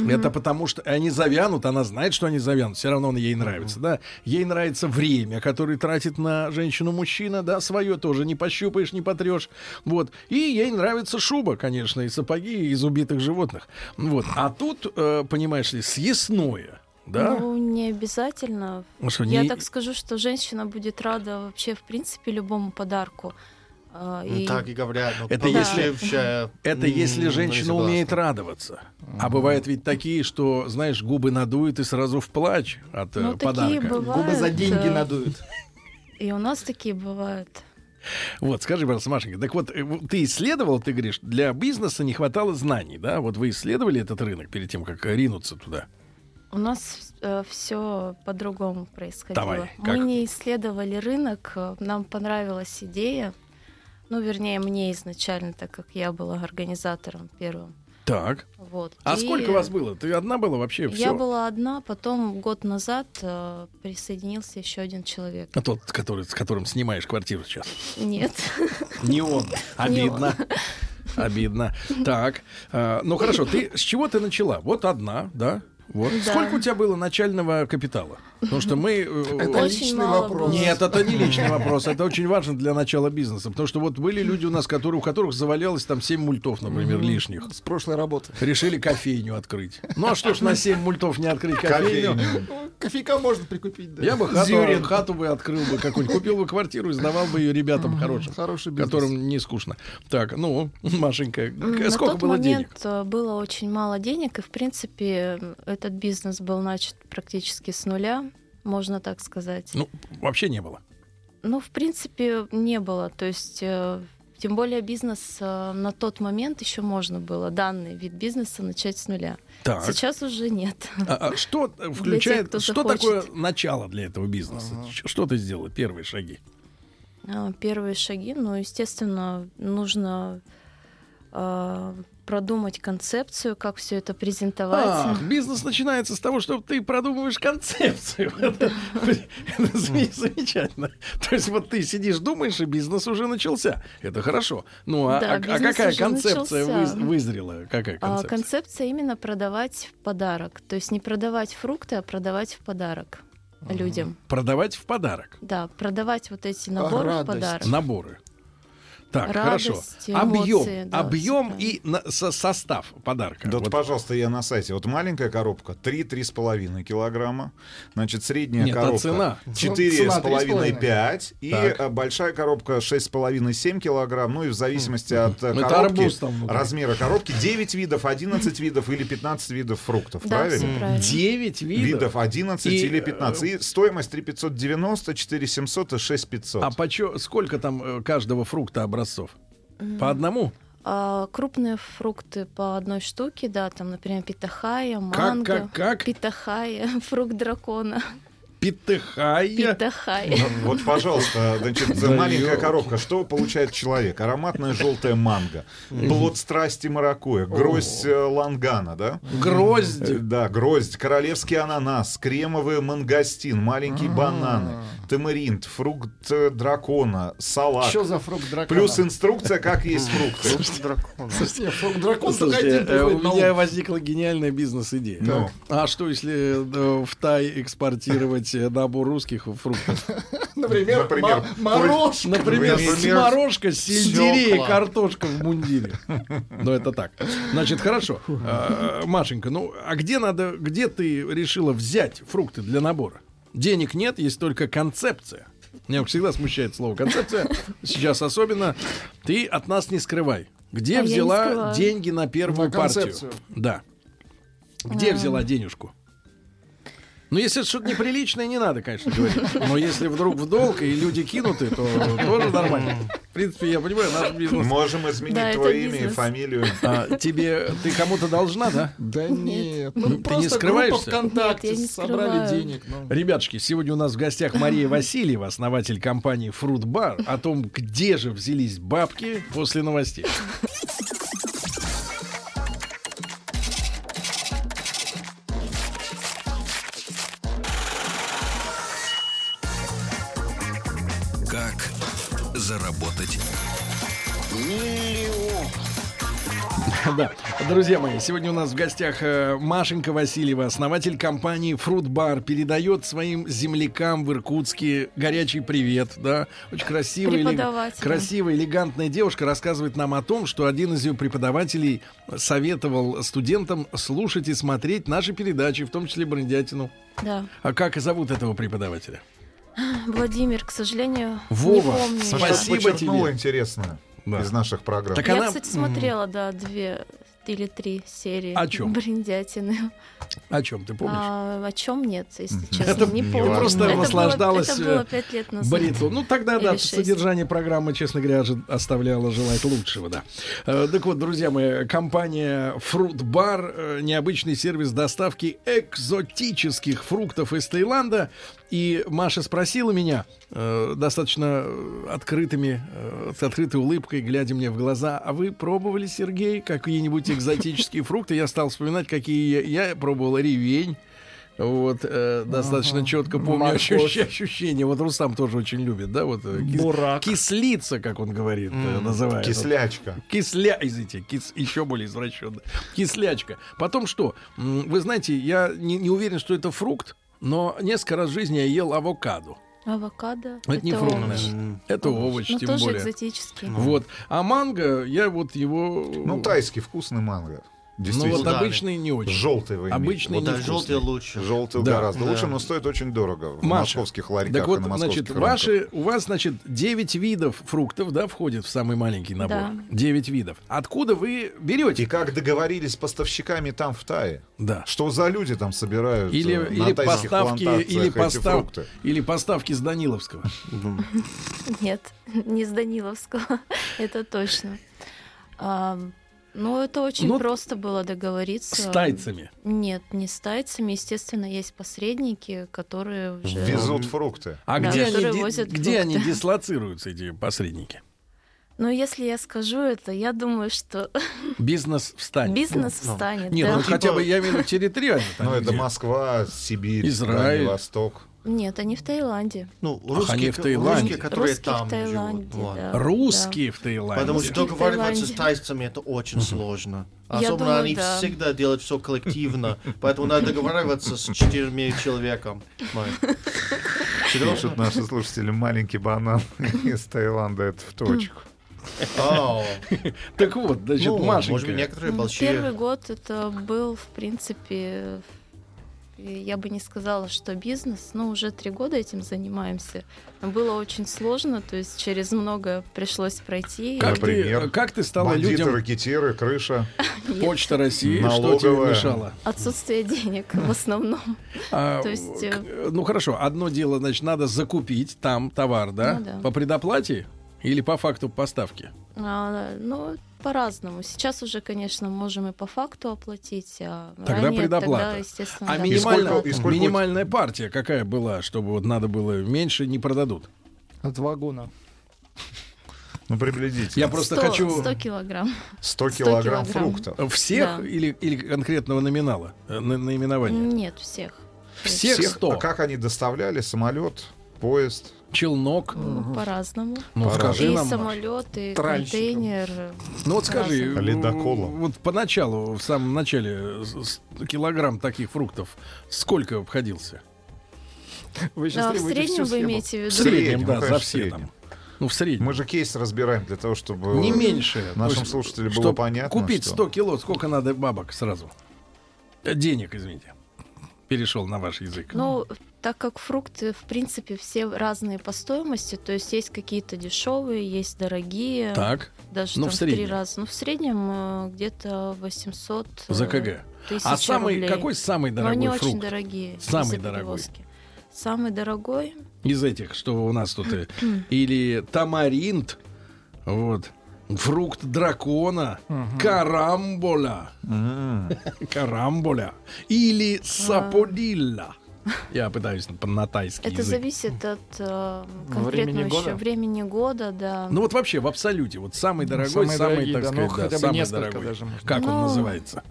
Speaker 2: Это потому что они завянут, она знает, что они завянут, все равно он ей нравится, да. Ей нравится время, которое тратит на женщину мужчина, да, свое тоже не пощупаешь, не потрешь, вот. И ей нравится шуба, конечно, и сапоги из убитых животных, вот. А тут, э, понимаешь ли, съестное, да.
Speaker 4: ну, не обязательно.
Speaker 2: Ну что,
Speaker 4: Я
Speaker 2: не-
Speaker 4: так скажу, что женщина будет рада вообще, в принципе, любому подарку. А,
Speaker 6: Ну,
Speaker 4: и-
Speaker 6: Так и говорят. ну,
Speaker 2: Это
Speaker 6: правда,
Speaker 4: если-
Speaker 6: вообще,
Speaker 2: Это
Speaker 6: м,
Speaker 2: если
Speaker 6: ну,
Speaker 2: женщина
Speaker 6: согласна.
Speaker 2: умеет радоваться. А бывают ведь такие, что, знаешь, губы надуют и сразу в плач от э,
Speaker 4: Ну, такие
Speaker 2: подарка.
Speaker 4: бывают.
Speaker 3: Губы за деньги
Speaker 4: э,
Speaker 3: надуют.
Speaker 4: И у нас такие бывают.
Speaker 2: Вот, скажи, пожалуйста, Машенька, так вот, э, в- ты исследовал, ты говоришь, для бизнеса не хватало знаний, да? Вот вы исследовали этот рынок перед тем, как э, ринуться туда?
Speaker 4: У нас все по-другому происходило.
Speaker 2: Давай,
Speaker 4: Мы
Speaker 2: как?
Speaker 4: не исследовали рынок, э, нам понравилась идея. Ну, вернее, мне изначально, так как я была организатором первым.
Speaker 2: Так.
Speaker 4: Вот.
Speaker 2: А
Speaker 4: И
Speaker 2: сколько вас было? Ты одна была вообще?
Speaker 4: Я
Speaker 2: Все.
Speaker 4: была одна, потом год назад э, присоединился еще один человек.
Speaker 2: А тот, который, с которым снимаешь квартиру сейчас.
Speaker 4: Нет.
Speaker 2: Не он. Обидно. Обидно. Так. э, Ну хорошо, ты с чего ты начала? Вот одна, да? Вот.
Speaker 4: Да.
Speaker 2: Сколько у тебя было начального капитала? Потому что мы... э,
Speaker 5: Это
Speaker 4: Очень
Speaker 5: личный
Speaker 4: мало
Speaker 5: вопрос.
Speaker 4: было.
Speaker 2: Нет, это не личный вопрос. Это очень важно для начала бизнеса. Потому что вот были люди у нас, которые, у которых завалялось там 7 мультов, например, лишних.
Speaker 3: С прошлой работы.
Speaker 2: Решили кофейню открыть. Ну а что ж на 7 мультов не открыть кофейню?
Speaker 5: Кофейню.
Speaker 3: Ну, Кофейка можно прикупить, да.
Speaker 2: Я бы хату,
Speaker 3: Зюрин.
Speaker 2: хату бы открыл бы какую-нибудь. Купил бы квартиру и сдавал бы ее ребятам хорошим.
Speaker 3: Хороший бизнес.
Speaker 2: Которым не скучно. Так, ну, Машенька,
Speaker 4: М,
Speaker 2: к-
Speaker 4: На
Speaker 2: сколько
Speaker 4: тот
Speaker 2: было денег?
Speaker 4: момент э, было очень мало денег, и в принципе м, этот бизнес был начат практически с нуля, можно так сказать.
Speaker 2: Ну, вообще не было.
Speaker 4: Ну, в принципе, не было. То есть, э, тем более бизнес э, на тот момент еще можно было данный вид бизнеса начать с нуля.
Speaker 2: Так.
Speaker 4: Сейчас уже нет.
Speaker 2: А- а что э, включает,
Speaker 4: кто
Speaker 2: что
Speaker 4: захочет.
Speaker 2: такое начало для этого бизнеса? Ч- Что ты сделала? Первые шаги.
Speaker 4: А, Первые шаги, ну, естественно, нужно э, продумать концепцию, как все это презентовать.
Speaker 2: Ах, бизнес начинается с того, что ты продумываешь концепцию. Это это заме- замечательно. То есть вот ты сидишь, думаешь, и бизнес уже начался. Это хорошо. Ну а,
Speaker 4: Да,
Speaker 2: а- а
Speaker 4: бизнес
Speaker 2: какая
Speaker 4: уже
Speaker 2: концепция вы-
Speaker 4: начался.
Speaker 2: вызрела? Какая
Speaker 4: А,
Speaker 2: концепция?
Speaker 4: концепция именно продавать в подарок. То есть не продавать фрукты, а продавать в подарок людям.
Speaker 2: Продавать в подарок.
Speaker 4: Да, продавать вот
Speaker 2: А
Speaker 4: эти наборы в
Speaker 3: радость.
Speaker 4: подарок.
Speaker 2: Наборы. Так,
Speaker 4: Радость,
Speaker 2: хорошо.
Speaker 4: эмоции,
Speaker 2: объем,
Speaker 4: да,
Speaker 2: объем
Speaker 4: всегда.
Speaker 2: и на- со- состав подарка.
Speaker 5: Да,
Speaker 2: Вот.
Speaker 5: вот, пожалуйста, я на сайте. Вот маленькая коробка 3-3,5 килограмма. Значит, средняя
Speaker 2: Нет, а
Speaker 5: коробка
Speaker 2: цена?
Speaker 3: Цена 3,5.
Speaker 5: 4,5-5. И
Speaker 2: Так.
Speaker 5: э, большая коробка 6,5-7 килограмм. Ну и в зависимости от э,
Speaker 2: Это
Speaker 5: коробки,
Speaker 2: арбуз там внутри.
Speaker 5: размера коробки, 9 видов, 11 видов или 15 видов фруктов.
Speaker 4: Да,
Speaker 5: правильно?
Speaker 4: все правильно.
Speaker 2: Девять видов.
Speaker 5: Видов 11
Speaker 2: И,
Speaker 5: или
Speaker 2: э,
Speaker 5: 15. И стоимость 3590, 4700 и 6500.
Speaker 2: А почё- сколько там э, каждого фрукта образцов? По одному?
Speaker 4: А, крупные фрукты по одной штуке, да, там, например, питахая,
Speaker 2: Как,
Speaker 4: манго.
Speaker 2: как, как?
Speaker 4: Питахая, фрук дракона.
Speaker 2: Питыхая. Ну.
Speaker 4: Питахая.
Speaker 5: Ну, Вот, пожалуйста, значит,
Speaker 2: Да
Speaker 5: маленькая
Speaker 2: ёлки.
Speaker 5: коробка. Что получает человек? Ароматная желтая манго, плод страсти маракуя, гроздь э, лангана, да? Э,
Speaker 2: Грозди.
Speaker 5: Да, гроздь, королевский ананас, кремовый мангостин,
Speaker 2: А.
Speaker 5: маленькие бананы, тамаринт, фрукт э, дракона, салат.
Speaker 3: Что за фрукт дракона?
Speaker 5: Плюс инструкция, как есть фрукты.
Speaker 6: Просто дракон.
Speaker 3: Слушайте, фрукт дракон только
Speaker 2: Слушайте,
Speaker 3: один
Speaker 2: э, у
Speaker 3: приходит на
Speaker 2: меня
Speaker 3: ум.
Speaker 2: возникла гениальная бизнес-идея.
Speaker 5: Ну.
Speaker 2: А что, если э, в Тай экспортировать э, набор русских фруктов?
Speaker 3: Например,
Speaker 5: Например,
Speaker 3: ма- морожка.
Speaker 2: Например,
Speaker 5: Например,
Speaker 2: с- морожка, сельдерей,
Speaker 6: свёкла.
Speaker 2: картошка в мундире. Но это так. Значит, хорошо. Э, Машенька, ну а где надо, где ты решила взять фрукты для набора? Денег нет, есть только концепция. Меня всегда смущает слово концепция. Сейчас особенно. Ты от нас не скрывай. Где
Speaker 4: А я не
Speaker 2: взяла
Speaker 4: скрываю.
Speaker 2: деньги на первую
Speaker 3: На
Speaker 2: партию?
Speaker 3: концепцию.
Speaker 2: Да. Где
Speaker 4: Эм.
Speaker 2: взяла денежку? Ну, если это что-то неприличное, не надо, конечно, говорить. Но если вдруг в долг и люди кинуты, то тоже нормально. В принципе, я понимаю, наш бизнес.
Speaker 5: Можем
Speaker 4: Да,
Speaker 5: изменить
Speaker 4: это
Speaker 5: твое имя и
Speaker 4: бизнес.
Speaker 5: фамилию.
Speaker 2: А, тебе ты кому-то должна, да?
Speaker 3: Да нет.
Speaker 2: Ты
Speaker 3: Ну,
Speaker 2: не
Speaker 3: просто
Speaker 2: скрываешься?
Speaker 3: группа ВКонтакте
Speaker 4: Нет, я не
Speaker 3: собрали
Speaker 4: скрываю.
Speaker 3: денег. ну.
Speaker 2: Ребятушки, сегодня у нас в гостях Мария Васильева, основатель компании Fruit Bar, о том, где же взялись бабки после новостей.
Speaker 1: Заработать
Speaker 2: Да. Друзья мои, сегодня у нас в гостях э, Машенька Васильева, основатель компании Fruit Bar, передает своим землякам в Иркутске горячий привет, да. Очень красивая, элег-
Speaker 4: Преподавателям.
Speaker 2: красивая, элегантная девушка рассказывает нам о том, что один из ее преподавателей советовал студентам слушать и смотреть наши передачи, в том числе Брендятину.
Speaker 4: Да.
Speaker 2: А как зовут этого преподавателя?
Speaker 4: Владимир, к сожалению, не
Speaker 2: Вова,
Speaker 4: помню.
Speaker 5: Что-то
Speaker 4: я.
Speaker 2: спасибо
Speaker 5: подчеркнуло
Speaker 2: тебе.
Speaker 5: интересное
Speaker 2: Да.
Speaker 5: из наших программ.
Speaker 2: Так
Speaker 4: Я,
Speaker 2: она-
Speaker 4: кстати, смотрела, да, две или три серии
Speaker 2: О чём?
Speaker 4: Бриндятины.
Speaker 2: О чем ты помнишь?
Speaker 4: А, о чем нет, если честно, не
Speaker 5: не
Speaker 4: помню.
Speaker 5: важно. Просто
Speaker 4: это было-
Speaker 2: наслаждалась,
Speaker 4: это
Speaker 2: э,
Speaker 4: было пять лет назад.
Speaker 2: Баритон. Ну, тогда,
Speaker 4: Или
Speaker 2: да,
Speaker 4: шесть.
Speaker 2: содержание программы, честно говоря, же оставляло желать лучшего, да. Э, Так вот, друзья мои, компания Fruit Bar, э, необычный сервис доставки экзотических фруктов из Таиланда. И Маша спросила меня, э, достаточно э, открытыми, э, с открытой улыбкой, глядя мне в глаза, а вы пробовали, Сергей, какие-нибудь экзотические фрукты? Я стал вспоминать, какие я я пробовал ревень, вот, э, достаточно четко помню
Speaker 7: Морковь.
Speaker 2: ощущ- ощущение. Вот Рустам тоже очень любит, да, вот э, кис-
Speaker 7: Бурак.
Speaker 2: кислица, как он говорит, э, называет.
Speaker 5: Кислячка.
Speaker 2: Кисля, извините, кис- еще более извращенно. Кислячка. Потом что? М, Вы знаете, я не, не уверен, что это фрукт, но несколько раз в жизни я ел авокадо.
Speaker 4: Авокадо.
Speaker 2: Это не фрукт,
Speaker 4: овощ.
Speaker 2: наверное. Это овощ,
Speaker 4: Ну,
Speaker 2: тем
Speaker 4: тоже
Speaker 2: более.
Speaker 4: экзотический.
Speaker 2: Вот. А манго, я вот его...
Speaker 5: Ну, тайский вкусный манго.
Speaker 2: ну вот
Speaker 5: Действительно.
Speaker 6: да.
Speaker 2: обычный не очень.
Speaker 5: Желтый вы имеете.
Speaker 2: Обычный
Speaker 6: Вот, да,
Speaker 2: невкусный.
Speaker 6: желтый лучше.
Speaker 5: Желтый
Speaker 2: Да.
Speaker 5: гораздо
Speaker 6: Да.
Speaker 5: лучше, но стоит очень дорого в
Speaker 2: Маша,
Speaker 5: московских ларьках
Speaker 2: Так
Speaker 5: и
Speaker 2: вот,
Speaker 5: на московских
Speaker 2: значит,
Speaker 5: рынках.
Speaker 2: ваши, у вас, значит, 9 видов фруктов, да, входит в самый маленький набор.
Speaker 4: Да.
Speaker 2: 9 видов. Откуда вы
Speaker 5: И
Speaker 2: берете?
Speaker 5: как договорились с поставщиками там в Тае?
Speaker 2: Да.
Speaker 5: Что за люди там собирают
Speaker 2: Или,
Speaker 5: э, на
Speaker 2: или
Speaker 5: тайских
Speaker 2: поставки,
Speaker 5: плантациях
Speaker 2: или,
Speaker 5: эти
Speaker 2: постав-
Speaker 5: фрукты?
Speaker 2: или поставки с Даниловского.
Speaker 4: Нет, не с Даниловского, это точно. А, ну, это очень
Speaker 2: Ну,
Speaker 4: просто было договориться.
Speaker 2: С тайцами.
Speaker 4: Нет, не с тайцами. Естественно, есть посредники, которые уже...
Speaker 5: Везут фрукты.
Speaker 2: А
Speaker 4: Да,
Speaker 2: где,
Speaker 4: которые
Speaker 2: они, ди-
Speaker 4: возят
Speaker 2: где
Speaker 4: фрукты.
Speaker 2: они дислоцируются, эти посредники?
Speaker 4: Ну, если я скажу это, я думаю, что
Speaker 2: Бизнес встанет.
Speaker 4: бизнес встанет.
Speaker 2: Нет,
Speaker 4: да.
Speaker 2: ну
Speaker 6: типа-
Speaker 2: хотя бы я имею в виду территориально. там
Speaker 5: Ну, это
Speaker 2: где.
Speaker 5: Москва, Сибирь,
Speaker 2: Израиль.
Speaker 5: Дальний Восток.
Speaker 2: ну,
Speaker 4: Нет, они в Таиланде.
Speaker 6: Ну,
Speaker 2: они
Speaker 6: русские,
Speaker 2: в Таиланде.
Speaker 6: русские, которые
Speaker 4: Русские
Speaker 6: там
Speaker 4: в Таиланде,
Speaker 6: живут. вот.
Speaker 4: да.
Speaker 2: Русские в Таиланде.
Speaker 6: Потому что
Speaker 4: Русские в
Speaker 6: договариваться с
Speaker 4: Таиланде.
Speaker 6: тайцами это очень сложно.
Speaker 4: Я
Speaker 6: Особенно
Speaker 4: думаю,
Speaker 6: они
Speaker 4: да.
Speaker 6: всегда делают все коллективно. Поэтому надо договариваться с четырьмя человеком. Мать.
Speaker 5: Пишут наши слушатели маленький банан из Таиланда, это в точку.
Speaker 6: Ау.
Speaker 2: Так вот, значит,
Speaker 6: Ну, может
Speaker 2: Машенька.
Speaker 6: быть, некоторые
Speaker 4: Ну, Первый
Speaker 6: большие.
Speaker 4: год это был, в принципе, э, я бы не сказала, что бизнес, но уже три года этим занимаемся. Было очень сложно, то есть через многое пришлось пройти.
Speaker 2: Как ты,
Speaker 5: Например,
Speaker 2: как ты стала
Speaker 5: Бандиты,
Speaker 2: людям
Speaker 5: ракетиры, крыша.
Speaker 4: Нет,
Speaker 2: Почта России, что тебе
Speaker 5: Налоговая.
Speaker 2: мешало?
Speaker 4: Отсутствие денег в основном.
Speaker 2: А,
Speaker 4: То есть, э,
Speaker 2: к- ну хорошо, одно дело, значит, надо закупить там товар, да?
Speaker 4: Ну да.
Speaker 2: По предоплате или по факту поставки?
Speaker 4: А, ну, по-разному. Сейчас уже, конечно, можем и по факту оплатить, а
Speaker 2: Тогда
Speaker 4: ранее
Speaker 2: предоплата.
Speaker 4: тогда, естественно,
Speaker 2: А
Speaker 4: Ну да,
Speaker 2: минимально-
Speaker 5: сколько- и сколько-
Speaker 2: минимальная партия какая была, чтобы вот надо было меньше не продадут?
Speaker 7: От вагона.
Speaker 5: Ну, приблизительно.
Speaker 2: Я просто
Speaker 4: 100
Speaker 2: хочу
Speaker 4: 100 килограмм.
Speaker 5: 100
Speaker 4: 100 килограмм.
Speaker 5: килограмм фруктов.
Speaker 2: всех
Speaker 4: Да.
Speaker 2: или, или конкретного номинала, э, на- наименования?
Speaker 4: Нет, всех.
Speaker 2: Всех 100.
Speaker 5: А как они доставляли? Самолет, поезд?
Speaker 2: Челнок.
Speaker 4: Ну, По-разному.
Speaker 2: Ну, скажи
Speaker 4: и
Speaker 2: нам. Маш.
Speaker 4: самолет, и
Speaker 7: Тральщиком.
Speaker 4: контейнер.
Speaker 2: Ну вот скажи,
Speaker 5: Разом. Ледоколом.
Speaker 2: в- вот поначалу, в самом начале, с- с- килограмм таких фруктов сколько обходился?
Speaker 7: Вы
Speaker 4: Да,
Speaker 7: сейчас
Speaker 4: в
Speaker 7: требуете всю
Speaker 4: среднем вы
Speaker 7: схему.
Speaker 4: имеете в
Speaker 2: В
Speaker 4: виду?
Speaker 5: среднем,
Speaker 2: среднем, да,
Speaker 5: ну,
Speaker 2: за
Speaker 5: конечно,
Speaker 2: все
Speaker 5: в
Speaker 2: там.
Speaker 5: среднем.
Speaker 2: Ну, в среднем.
Speaker 5: Мы же кейс разбираем для того, чтобы...
Speaker 2: Не меньше.
Speaker 5: Нашим
Speaker 2: То есть,
Speaker 5: слушателям было
Speaker 2: чтоб
Speaker 5: понятно,
Speaker 2: Купить
Speaker 5: что-
Speaker 2: 100 кило, сколько надо бабок сразу? Э, Денег, извините. Перешел на ваш язык.
Speaker 4: Ну, так как фрукты, в принципе, все разные по стоимости, то есть есть какие-то дешевые, есть дорогие,
Speaker 2: так,
Speaker 4: даже
Speaker 2: ну,
Speaker 4: там
Speaker 2: в
Speaker 4: в три
Speaker 2: среднем.
Speaker 4: раза. Ну, в среднем э, где-то 800 э,
Speaker 2: за КГ.
Speaker 4: тысяч
Speaker 2: А самый,
Speaker 4: рублей.
Speaker 2: какой самый
Speaker 4: Но они
Speaker 2: дорогой
Speaker 4: очень
Speaker 2: фрукт
Speaker 4: дорогие.
Speaker 2: Самый
Speaker 4: из-за
Speaker 2: дорогой.
Speaker 4: перевозки. Самый дорогой.
Speaker 2: из этих, что у нас тут? э, Или тамаринт, вот, фрукт дракона, карамбола,
Speaker 5: М.
Speaker 2: карамбола
Speaker 4: А.
Speaker 2: или саподилла. Я пытаюсь на, на тайский
Speaker 4: Это
Speaker 2: язык.
Speaker 4: зависит от э, конкретного
Speaker 7: Времени
Speaker 4: еще
Speaker 7: года?
Speaker 4: времени года, да.
Speaker 2: Ну вот вообще в абсолюте, вот самый дорогой, самый,
Speaker 3: ну,
Speaker 7: самые дорогие,
Speaker 2: так
Speaker 7: да,
Speaker 2: сказать,
Speaker 7: ну,
Speaker 2: да,
Speaker 7: хотя бы
Speaker 2: самый
Speaker 7: несколько
Speaker 2: дорогой.
Speaker 7: даже можно.
Speaker 2: Как он
Speaker 4: Ну,
Speaker 2: называется?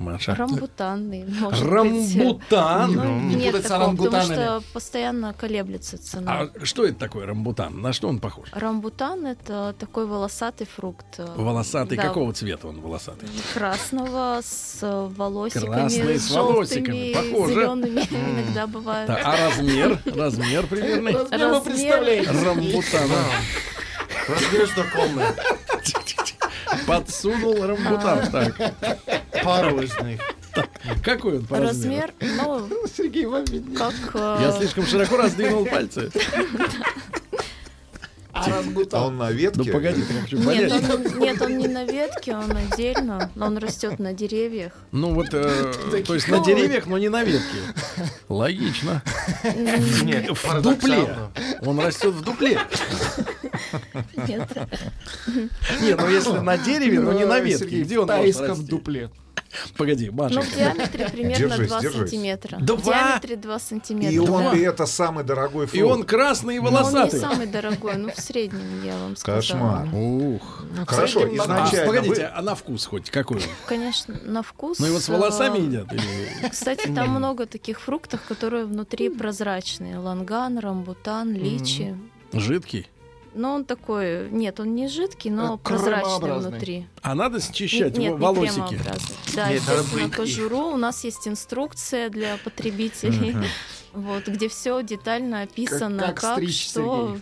Speaker 2: Маша?
Speaker 4: Рамбутанный, может
Speaker 2: а
Speaker 4: быть.
Speaker 2: Рамбутан.
Speaker 4: Ну,
Speaker 6: Не
Speaker 4: нет
Speaker 3: путать с
Speaker 4: такого, потому
Speaker 3: орангутанами.
Speaker 4: что постоянно колеблется цена.
Speaker 2: А что это такое рамбутан? На что он похож?
Speaker 4: Рамбутан это такой волосатый фрукт. э,
Speaker 2: Волосатый.
Speaker 4: да,
Speaker 2: Какого цвета он волосатый?
Speaker 4: Красного с э, волосиками,
Speaker 2: Красный, с волосиками, похоже.
Speaker 4: зелеными иногда бывают.
Speaker 2: Так, а размер? Размер примерный?
Speaker 3: Размер вы
Speaker 4: Размер.
Speaker 3: представляете?
Speaker 2: Рамбутана.
Speaker 6: Размер знакомый.
Speaker 2: Подсунул рамбутан.
Speaker 4: А.
Speaker 2: Так,
Speaker 6: Пару из них.
Speaker 2: какой он по размеру?
Speaker 4: Размер, ну,
Speaker 3: Сергей, вам видно.
Speaker 4: как... э,
Speaker 2: Я слишком широко раздвинул пальцы.
Speaker 3: А
Speaker 5: А
Speaker 3: рангутан.
Speaker 5: он на
Speaker 2: Ну
Speaker 5: ветке.
Speaker 2: погоди, я хочу
Speaker 4: Нет ну,
Speaker 2: понять.
Speaker 4: он, нет, он не на ветке, он отдельно, но он растет на деревьях.
Speaker 2: Ну вот, э, то есть на деревьях, но не на ветке. Логично.
Speaker 6: Нет,
Speaker 2: В дупле.
Speaker 6: парадоксально.
Speaker 2: Он растет в дупле.
Speaker 4: Нет,
Speaker 2: Нет, ну если на дереве, но
Speaker 3: Э,
Speaker 2: не на ветке. Где он
Speaker 7: В
Speaker 2: может
Speaker 7: тайском
Speaker 2: расти?
Speaker 7: дупле.
Speaker 2: Погоди,
Speaker 4: ну
Speaker 2: Маша.
Speaker 4: в диаметре примерно
Speaker 5: Держись,
Speaker 4: 2
Speaker 5: держись.
Speaker 4: сантиметра.
Speaker 2: Два?
Speaker 4: В диаметре 2
Speaker 5: И
Speaker 4: сантиметра.
Speaker 5: он
Speaker 4: да.
Speaker 5: и это самый дорогой фрукт.
Speaker 2: И он красный и
Speaker 4: Но он не
Speaker 2: волосатый.
Speaker 4: самый дорогой, ну в среднем, я вам сказала.
Speaker 5: Кошмар.
Speaker 2: Ух.
Speaker 5: Хорошо,
Speaker 3: среднем,
Speaker 2: А,
Speaker 5: изначально.
Speaker 2: погодите,
Speaker 5: вы-
Speaker 2: а на вкус хоть какой
Speaker 4: Ну,
Speaker 2: он?
Speaker 4: Конечно, на вкус.
Speaker 2: Ну его с волосами
Speaker 4: э,
Speaker 2: едят? или-
Speaker 4: Кстати, там много таких фруктов, которые внутри прозрачные. Ланган, рамбутан, личи.
Speaker 2: Жидкий.
Speaker 4: Но он такой, нет, он не жидкий, но
Speaker 7: Э,
Speaker 4: прозрачный
Speaker 7: кремообразный.
Speaker 4: внутри.
Speaker 2: А надо счищать
Speaker 4: нет,
Speaker 2: во-
Speaker 4: не
Speaker 2: волосики.
Speaker 4: кремообразный. Да,
Speaker 6: Нет, надо
Speaker 4: естественно,
Speaker 6: быть-
Speaker 4: кожуру. У нас есть инструкция для потребителей, вот, где все детально описано,
Speaker 7: как
Speaker 4: как,
Speaker 7: стричь,
Speaker 4: что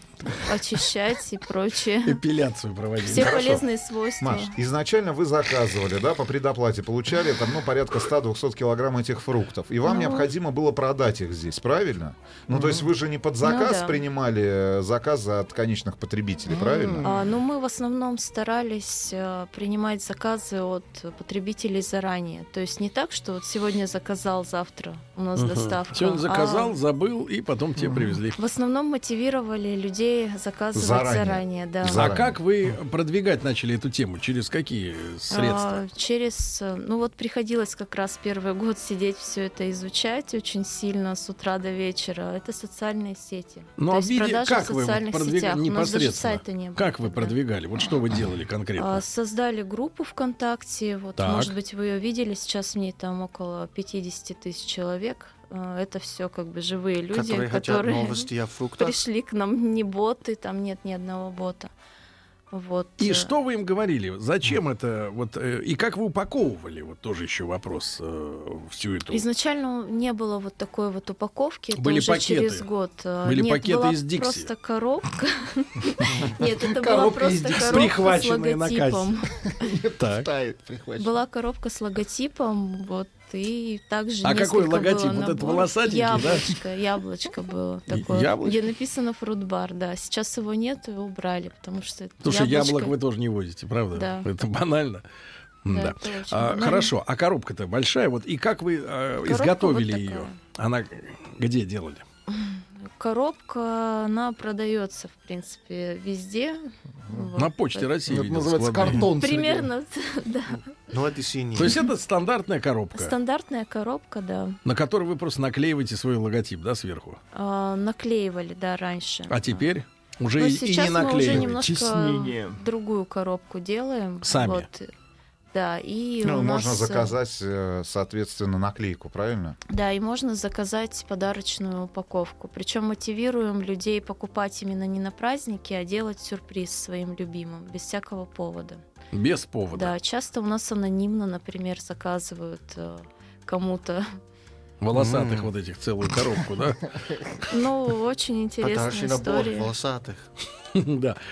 Speaker 4: очищать и прочее.
Speaker 2: Эпиляцию проводить.
Speaker 4: Все полезные свойства.
Speaker 5: Маш, изначально вы заказывали, да, по предоплате получали там, ну, порядка 100-200 килограмм этих фруктов. И вам
Speaker 4: Ну.
Speaker 5: необходимо было продать их здесь, правильно? Ну, то есть вы же не под заказ
Speaker 4: Ну да.
Speaker 5: принимали э, заказы от конечных потребителей, правильно?
Speaker 4: А, ну, мы в основном старались э, принимать заказы от потребителей заранее. То есть не так, что вот сегодня заказал, завтра у нас
Speaker 2: Мгм.
Speaker 4: доставка.
Speaker 2: Сегодня заказал,
Speaker 4: а
Speaker 2: забыл и потом тебе привезли.
Speaker 4: в основном мотивировали людей заказывать
Speaker 5: Заранее.
Speaker 4: заранее, да.
Speaker 5: За-
Speaker 2: А
Speaker 5: Заранее.
Speaker 2: как вы продвигать начали эту тему? Через какие средства?
Speaker 4: А, через, э, ну вот приходилось как раз первый год сидеть все это изучать очень сильно с утра до вечера. Это социальные сети.
Speaker 2: Ну,
Speaker 4: То
Speaker 2: а
Speaker 4: есть
Speaker 2: виде-
Speaker 4: продажи
Speaker 2: как
Speaker 4: в
Speaker 2: вы вот
Speaker 4: социальных
Speaker 2: продвига-
Speaker 4: сетях. У нас даже
Speaker 2: непосредственно?
Speaker 4: сайта не было.
Speaker 2: Как вы
Speaker 4: тогда.
Speaker 2: продвигали? Вот что вы делали
Speaker 4: А,
Speaker 2: конкретно?
Speaker 4: Создали группу ВКонтакте. Вот,
Speaker 2: Так.
Speaker 4: может быть, вы ее видели. Сейчас в ней там около 50 тысяч человек. А, Это все как бы живые люди,
Speaker 6: Которые
Speaker 4: которые,
Speaker 6: хотят новости о фруктах.
Speaker 4: пришли к нам не боты, там нет ни одного бота. Вот.
Speaker 2: И
Speaker 4: э,
Speaker 2: что вы им говорили? Зачем это? Вот э, и как вы упаковывали? Вот тоже еще вопрос э, всю эту.
Speaker 4: Изначально не было вот такой вот упаковки. Это
Speaker 2: Были
Speaker 4: уже
Speaker 2: пакеты.
Speaker 4: через год. э,
Speaker 2: Были
Speaker 4: Нет,
Speaker 2: пакеты
Speaker 4: была
Speaker 2: из Dixie.
Speaker 4: Просто коробка. Нет, это была
Speaker 2: Коробка из
Speaker 4: просто
Speaker 2: Dixie.
Speaker 4: коробка с
Speaker 2: Прихваченная на кассе.
Speaker 4: логотипом.
Speaker 2: Так.
Speaker 3: Тает, прихвачен.
Speaker 4: Была коробка с логотипом, вот, и также
Speaker 2: А какой
Speaker 4: несколько
Speaker 2: логотип?
Speaker 4: было
Speaker 2: Вот этот
Speaker 4: наборов.
Speaker 2: волосатенький, да?
Speaker 4: Яблочко, яблочко было такое,
Speaker 2: яблочко?
Speaker 4: где написано фрутбар, да. Сейчас его нет, его убрали, потому что это
Speaker 2: Потому что яблок
Speaker 4: яблочко-
Speaker 2: вы тоже не возите, правда?
Speaker 4: Да.
Speaker 2: Это банально.
Speaker 4: Да,
Speaker 2: Да.
Speaker 4: это очень Ну,
Speaker 2: А,
Speaker 4: банально.
Speaker 2: хорошо, а коробка-то большая, вот и как вы э,
Speaker 4: Коробка
Speaker 2: изготовили
Speaker 4: вот такая.
Speaker 2: ее? Она где делали?
Speaker 4: Коробка, она продается, в принципе, везде. Вот,
Speaker 2: На почте России.
Speaker 7: Это
Speaker 2: видел,
Speaker 7: называется
Speaker 2: складные.
Speaker 7: картон. Сергей.
Speaker 4: Примерно, да.
Speaker 6: Ну, это синий.
Speaker 2: То есть это стандартная коробка,
Speaker 4: Стандартная коробка, да.
Speaker 2: на которую вы просто наклеиваете свой логотип, да, сверху.
Speaker 4: А, наклеивали, да, раньше.
Speaker 2: А теперь уже
Speaker 4: Но
Speaker 2: и, и
Speaker 4: Ну, сейчас
Speaker 2: не
Speaker 4: мы уже
Speaker 2: наклеиваете.
Speaker 4: немножко
Speaker 7: Теснение.
Speaker 4: другую коробку делаем.
Speaker 2: Сами.
Speaker 4: Вот. Да, и
Speaker 5: Ну,
Speaker 4: у
Speaker 5: можно
Speaker 4: нас, э,
Speaker 5: заказать, э, соответственно, наклейку, правильно?
Speaker 4: Да, и можно заказать подарочную упаковку. Причем мотивируем людей покупать именно не на праздники, а делать сюрприз своим любимым, без всякого повода.
Speaker 2: Без повода.
Speaker 4: Да, часто у нас анонимно, например, заказывают э, кому-то.
Speaker 2: Волосатых
Speaker 6: М.
Speaker 2: вот этих целую коробку, да?
Speaker 4: Ну, очень
Speaker 6: Подарочный
Speaker 4: интересная
Speaker 6: набор
Speaker 4: история.
Speaker 6: волосатых.
Speaker 2: Да.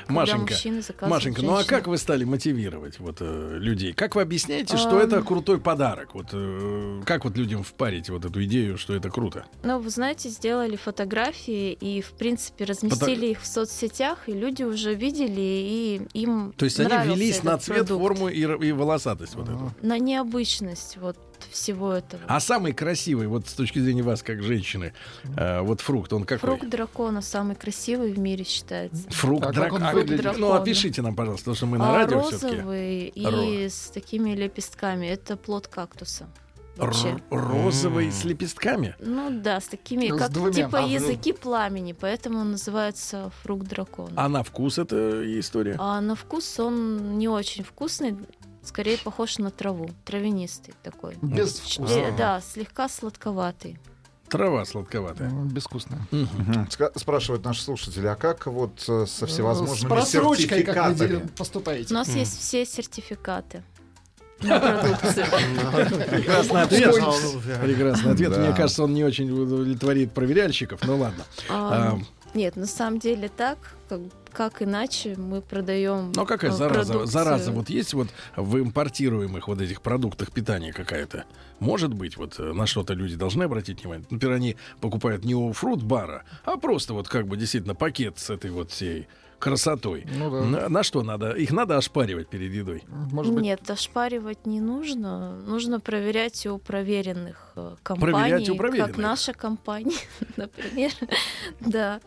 Speaker 4: когда
Speaker 2: Машенька.
Speaker 4: мужчины заказывают
Speaker 2: Машенька, ну а
Speaker 4: женщинам.
Speaker 2: как вы стали мотивировать вот э, людей? Как вы объясняете, что
Speaker 4: Эм.
Speaker 2: это крутой подарок? Вот э, как вот людям впарить вот эту идею, что это круто?
Speaker 4: Ну, вы знаете, сделали фотографии и, в принципе, разместили их в соцсетях, и люди уже видели, и им
Speaker 2: То есть они
Speaker 4: нравился
Speaker 2: велись
Speaker 4: этот
Speaker 2: на цвет,
Speaker 4: продукт.
Speaker 2: форму и, р- и волосатость вот эту.
Speaker 4: На необычность вот всего этого.
Speaker 2: А самый красивый, вот с точки зрения вас, как женщины, э, вот фрукт, он какой?
Speaker 4: Фрукт дракона самый красивый в мире считается.
Speaker 2: Фрукт
Speaker 7: А как
Speaker 2: драк-
Speaker 7: он
Speaker 2: а-
Speaker 7: выглядит?
Speaker 2: Ну,
Speaker 4: Дракона.
Speaker 2: опишите нам, пожалуйста, потому что мы на
Speaker 4: А
Speaker 2: радио все-таки.
Speaker 4: розовый и
Speaker 2: Ро-
Speaker 4: с такими лепестками. Это плод кактуса. Вообще.
Speaker 2: Розовый
Speaker 6: М.
Speaker 2: с лепестками.
Speaker 4: Ну да, с такими,
Speaker 7: С
Speaker 4: как
Speaker 7: двумя.
Speaker 4: типа
Speaker 7: А, ну.
Speaker 4: языки пламени, поэтому он называется фрукт дракона.
Speaker 2: А на вкус это история.
Speaker 4: А на вкус он не очень вкусный. скорее похож на траву, травянистый такой.
Speaker 7: Без
Speaker 4: Э, Да, слегка сладковатый.
Speaker 2: Трава сладковатая.
Speaker 7: Безвкусно.
Speaker 5: Мгм. Ска- Спрашивают наши слушатели, а как вот э, со
Speaker 7: Ну, С
Speaker 5: всевозможными
Speaker 7: просрочкой, как вы
Speaker 5: сертификатами?
Speaker 7: дел-
Speaker 4: У
Speaker 7: поступаете.
Speaker 4: нас есть все сертификаты на продукцию.
Speaker 2: Прекрасный ответ.
Speaker 6: А, ну, э,
Speaker 2: Прекрасный ответ.
Speaker 5: Да.
Speaker 2: Мне кажется, он не очень удовлетворит проверяльщиков, но ладно.
Speaker 4: А,
Speaker 2: А,
Speaker 4: Нет, на самом деле так, как, как иначе мы продаем.
Speaker 2: Но какая
Speaker 4: э,
Speaker 2: Ну, зараза?
Speaker 4: продукцию.
Speaker 2: Зараза вот есть вот в импортируемых вот этих продуктах питания какая-то? Может быть, вот э, на что-то люди должны обратить внимание. Например, они покупают не у фрут-бара, а просто вот как бы действительно пакет с этой вот всей красотой.
Speaker 7: Ну да.
Speaker 2: На, на что надо? Их надо ошпаривать перед едой.
Speaker 7: Может быть,
Speaker 4: Нет, ошпаривать не нужно. Нужно проверять у проверенных э, компаний.
Speaker 2: Проверять у проверенных.
Speaker 4: Как наша компания, например. Да.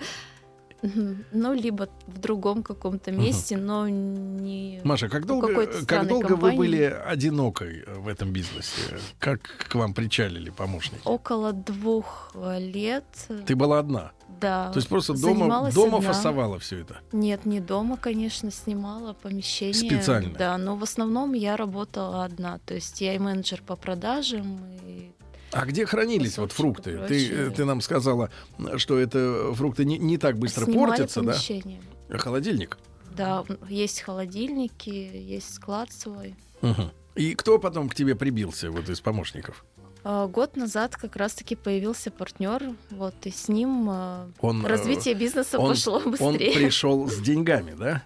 Speaker 4: Мгм. Ну, либо в другом каком-то месте, но не...
Speaker 2: Маша, как
Speaker 4: У
Speaker 2: долго,
Speaker 4: какой-то
Speaker 2: как
Speaker 4: странной
Speaker 2: долго вы
Speaker 4: компании.
Speaker 2: были одинокой э, в этом бизнесе? Как к вам причалили помощники?
Speaker 4: Около двух э, лет.
Speaker 2: Ты была одна.
Speaker 4: Да.
Speaker 2: То есть просто дома,
Speaker 4: А Занималась
Speaker 2: дома
Speaker 4: одна.
Speaker 2: фасовала все это.
Speaker 4: Нет, не дома, конечно, снимала помещение.
Speaker 2: Специально?
Speaker 4: Да, но в основном я работала одна. То есть я и менеджер по продажам, и
Speaker 2: А где хранились вот
Speaker 4: Кусочек,
Speaker 2: фрукты? Ты,
Speaker 4: короче.
Speaker 2: э, ты нам сказала, м, что это фрукты не, не так быстро
Speaker 4: снимали
Speaker 2: портятся, да?
Speaker 4: помещение.
Speaker 2: А Холодильник.
Speaker 4: Да, есть холодильники, есть склад свой.
Speaker 2: Мгм. И кто потом к тебе прибился вот из помощников?
Speaker 4: А, Год назад как раз-таки появился партнер, вот и с ним а,
Speaker 2: Он, э,
Speaker 4: развитие бизнеса
Speaker 2: он-
Speaker 4: пошло
Speaker 2: Он
Speaker 4: быстрее.
Speaker 2: пришел с деньгами, да?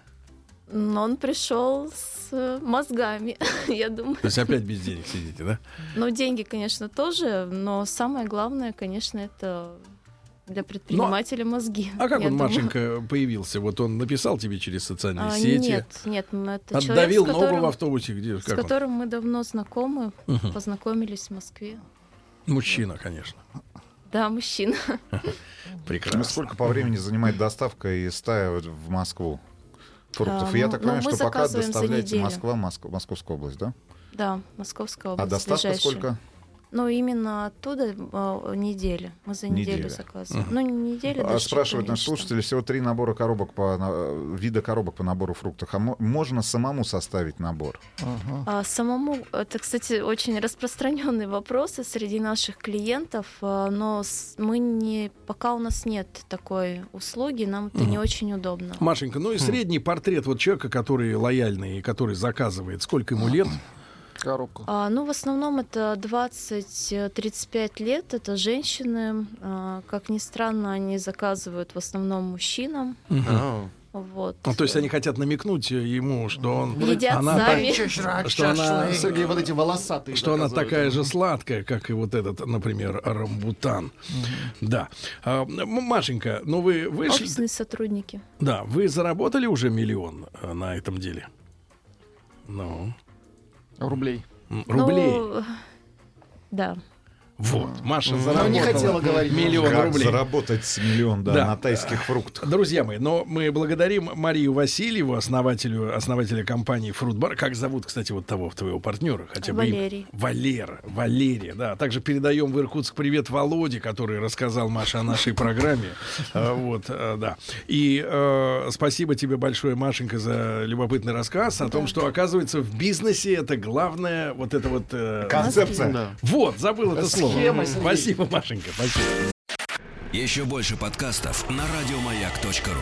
Speaker 4: Но он пришел с э, мозгами, я думаю.
Speaker 2: То есть опять без денег сидите, да?
Speaker 4: Ну, деньги, конечно, тоже, но самое главное, конечно, это для предпринимателя мозги.
Speaker 2: А как
Speaker 4: я
Speaker 2: он,
Speaker 4: думаю.
Speaker 2: Машенька, появился? Вот он написал тебе через социальные
Speaker 4: А,
Speaker 2: сети?
Speaker 4: Нет, нет, ну, это
Speaker 2: Отдавил
Speaker 4: человек, с
Speaker 2: ногу
Speaker 4: которым,
Speaker 2: в автобусе, где?
Speaker 4: с
Speaker 2: Как он?
Speaker 4: которым мы давно знакомы,
Speaker 2: Мгм.
Speaker 4: познакомились в Москве.
Speaker 2: Мужчина, конечно.
Speaker 4: Да, мужчина.
Speaker 5: Ну,
Speaker 2: Прекрасно.
Speaker 5: Сколько по времени занимает доставка из стая вот в Москву? Фруктов.
Speaker 4: А,
Speaker 5: Я
Speaker 4: ну,
Speaker 5: так
Speaker 4: ну,
Speaker 5: понимаю,
Speaker 4: мы
Speaker 5: что пока
Speaker 4: заказываем за
Speaker 5: доставляете
Speaker 4: неделю.
Speaker 5: Москва, Моск- Московская область, да?
Speaker 4: Да, Московская
Speaker 5: А
Speaker 4: область.
Speaker 5: доставка
Speaker 4: ближайшая.
Speaker 5: сколько?
Speaker 4: Ну, именно оттуда а, неделя. Мы за неделю
Speaker 5: Неделя.
Speaker 4: заказываем. Ну, не неделя,
Speaker 5: А
Speaker 4: даже чуть
Speaker 5: спрашивают
Speaker 4: поменьше,
Speaker 5: наши
Speaker 4: там.
Speaker 5: слушатели, всего три набора коробок по на- э, вида коробок по набору фруктов. А мо- можно самому составить набор?
Speaker 7: Ага.
Speaker 4: А, самому, это, кстати, очень распространенные вопросы среди наших клиентов, а, но с- мы не, пока у нас нет такой услуги, нам это не очень удобно.
Speaker 3: Хм.
Speaker 2: Машенька, ну и средний портрет вот человека, который лояльный и который заказывает, сколько ему лет?
Speaker 7: Коробку.
Speaker 4: А, ну, в основном это 20-35 лет, это женщины, а, как ни странно, они заказывают в основном мужчинам,
Speaker 6: а,
Speaker 4: вот.
Speaker 2: Ну, то есть они хотят намекнуть э, ему, что он...
Speaker 4: Едят
Speaker 2: она
Speaker 4: сами.
Speaker 2: Что она-
Speaker 3: Сергей, вот эти волосатые.
Speaker 2: Что она
Speaker 3: заказывают.
Speaker 2: такая же сладкая, как и вот этот, например, рамбутан. Да. А, м, Машенька, ну вы вышли...
Speaker 4: Офисные сотрудники.
Speaker 2: Да, вы заработали уже миллион э, на этом деле? Ну,
Speaker 7: Рублей.
Speaker 2: м, рублей.
Speaker 4: Ну, да.
Speaker 2: Вот, Маша
Speaker 3: Она
Speaker 2: заработала
Speaker 3: Ну, не хотела говорить.
Speaker 2: миллион
Speaker 5: как
Speaker 2: рублей.
Speaker 5: заработать с миллион да,
Speaker 2: Да.
Speaker 5: на тайских фруктах?
Speaker 2: Друзья мои, но мы благодарим Марию Васильеву, основателю, основателя компании Фрутбар. Как зовут, кстати, вот того твоего партнера? Хотя бы имя?
Speaker 4: Валерий.
Speaker 2: Валера, Валерия, да. Также передаем в Иркутск привет Володе, который рассказал Маше о нашей программе. А, Вот, а, да. И э, спасибо тебе большое, Машенька, за любопытный рассказ о том, что, оказывается, в бизнесе это главное, вот это вот... э,
Speaker 5: Концепция.
Speaker 6: да.
Speaker 2: Вот, забыл это слово.
Speaker 3: Схема, Сергей.
Speaker 2: Спасибо, Машенька, спасибо.
Speaker 1: Еще больше подкастов на радиомаяк.ру.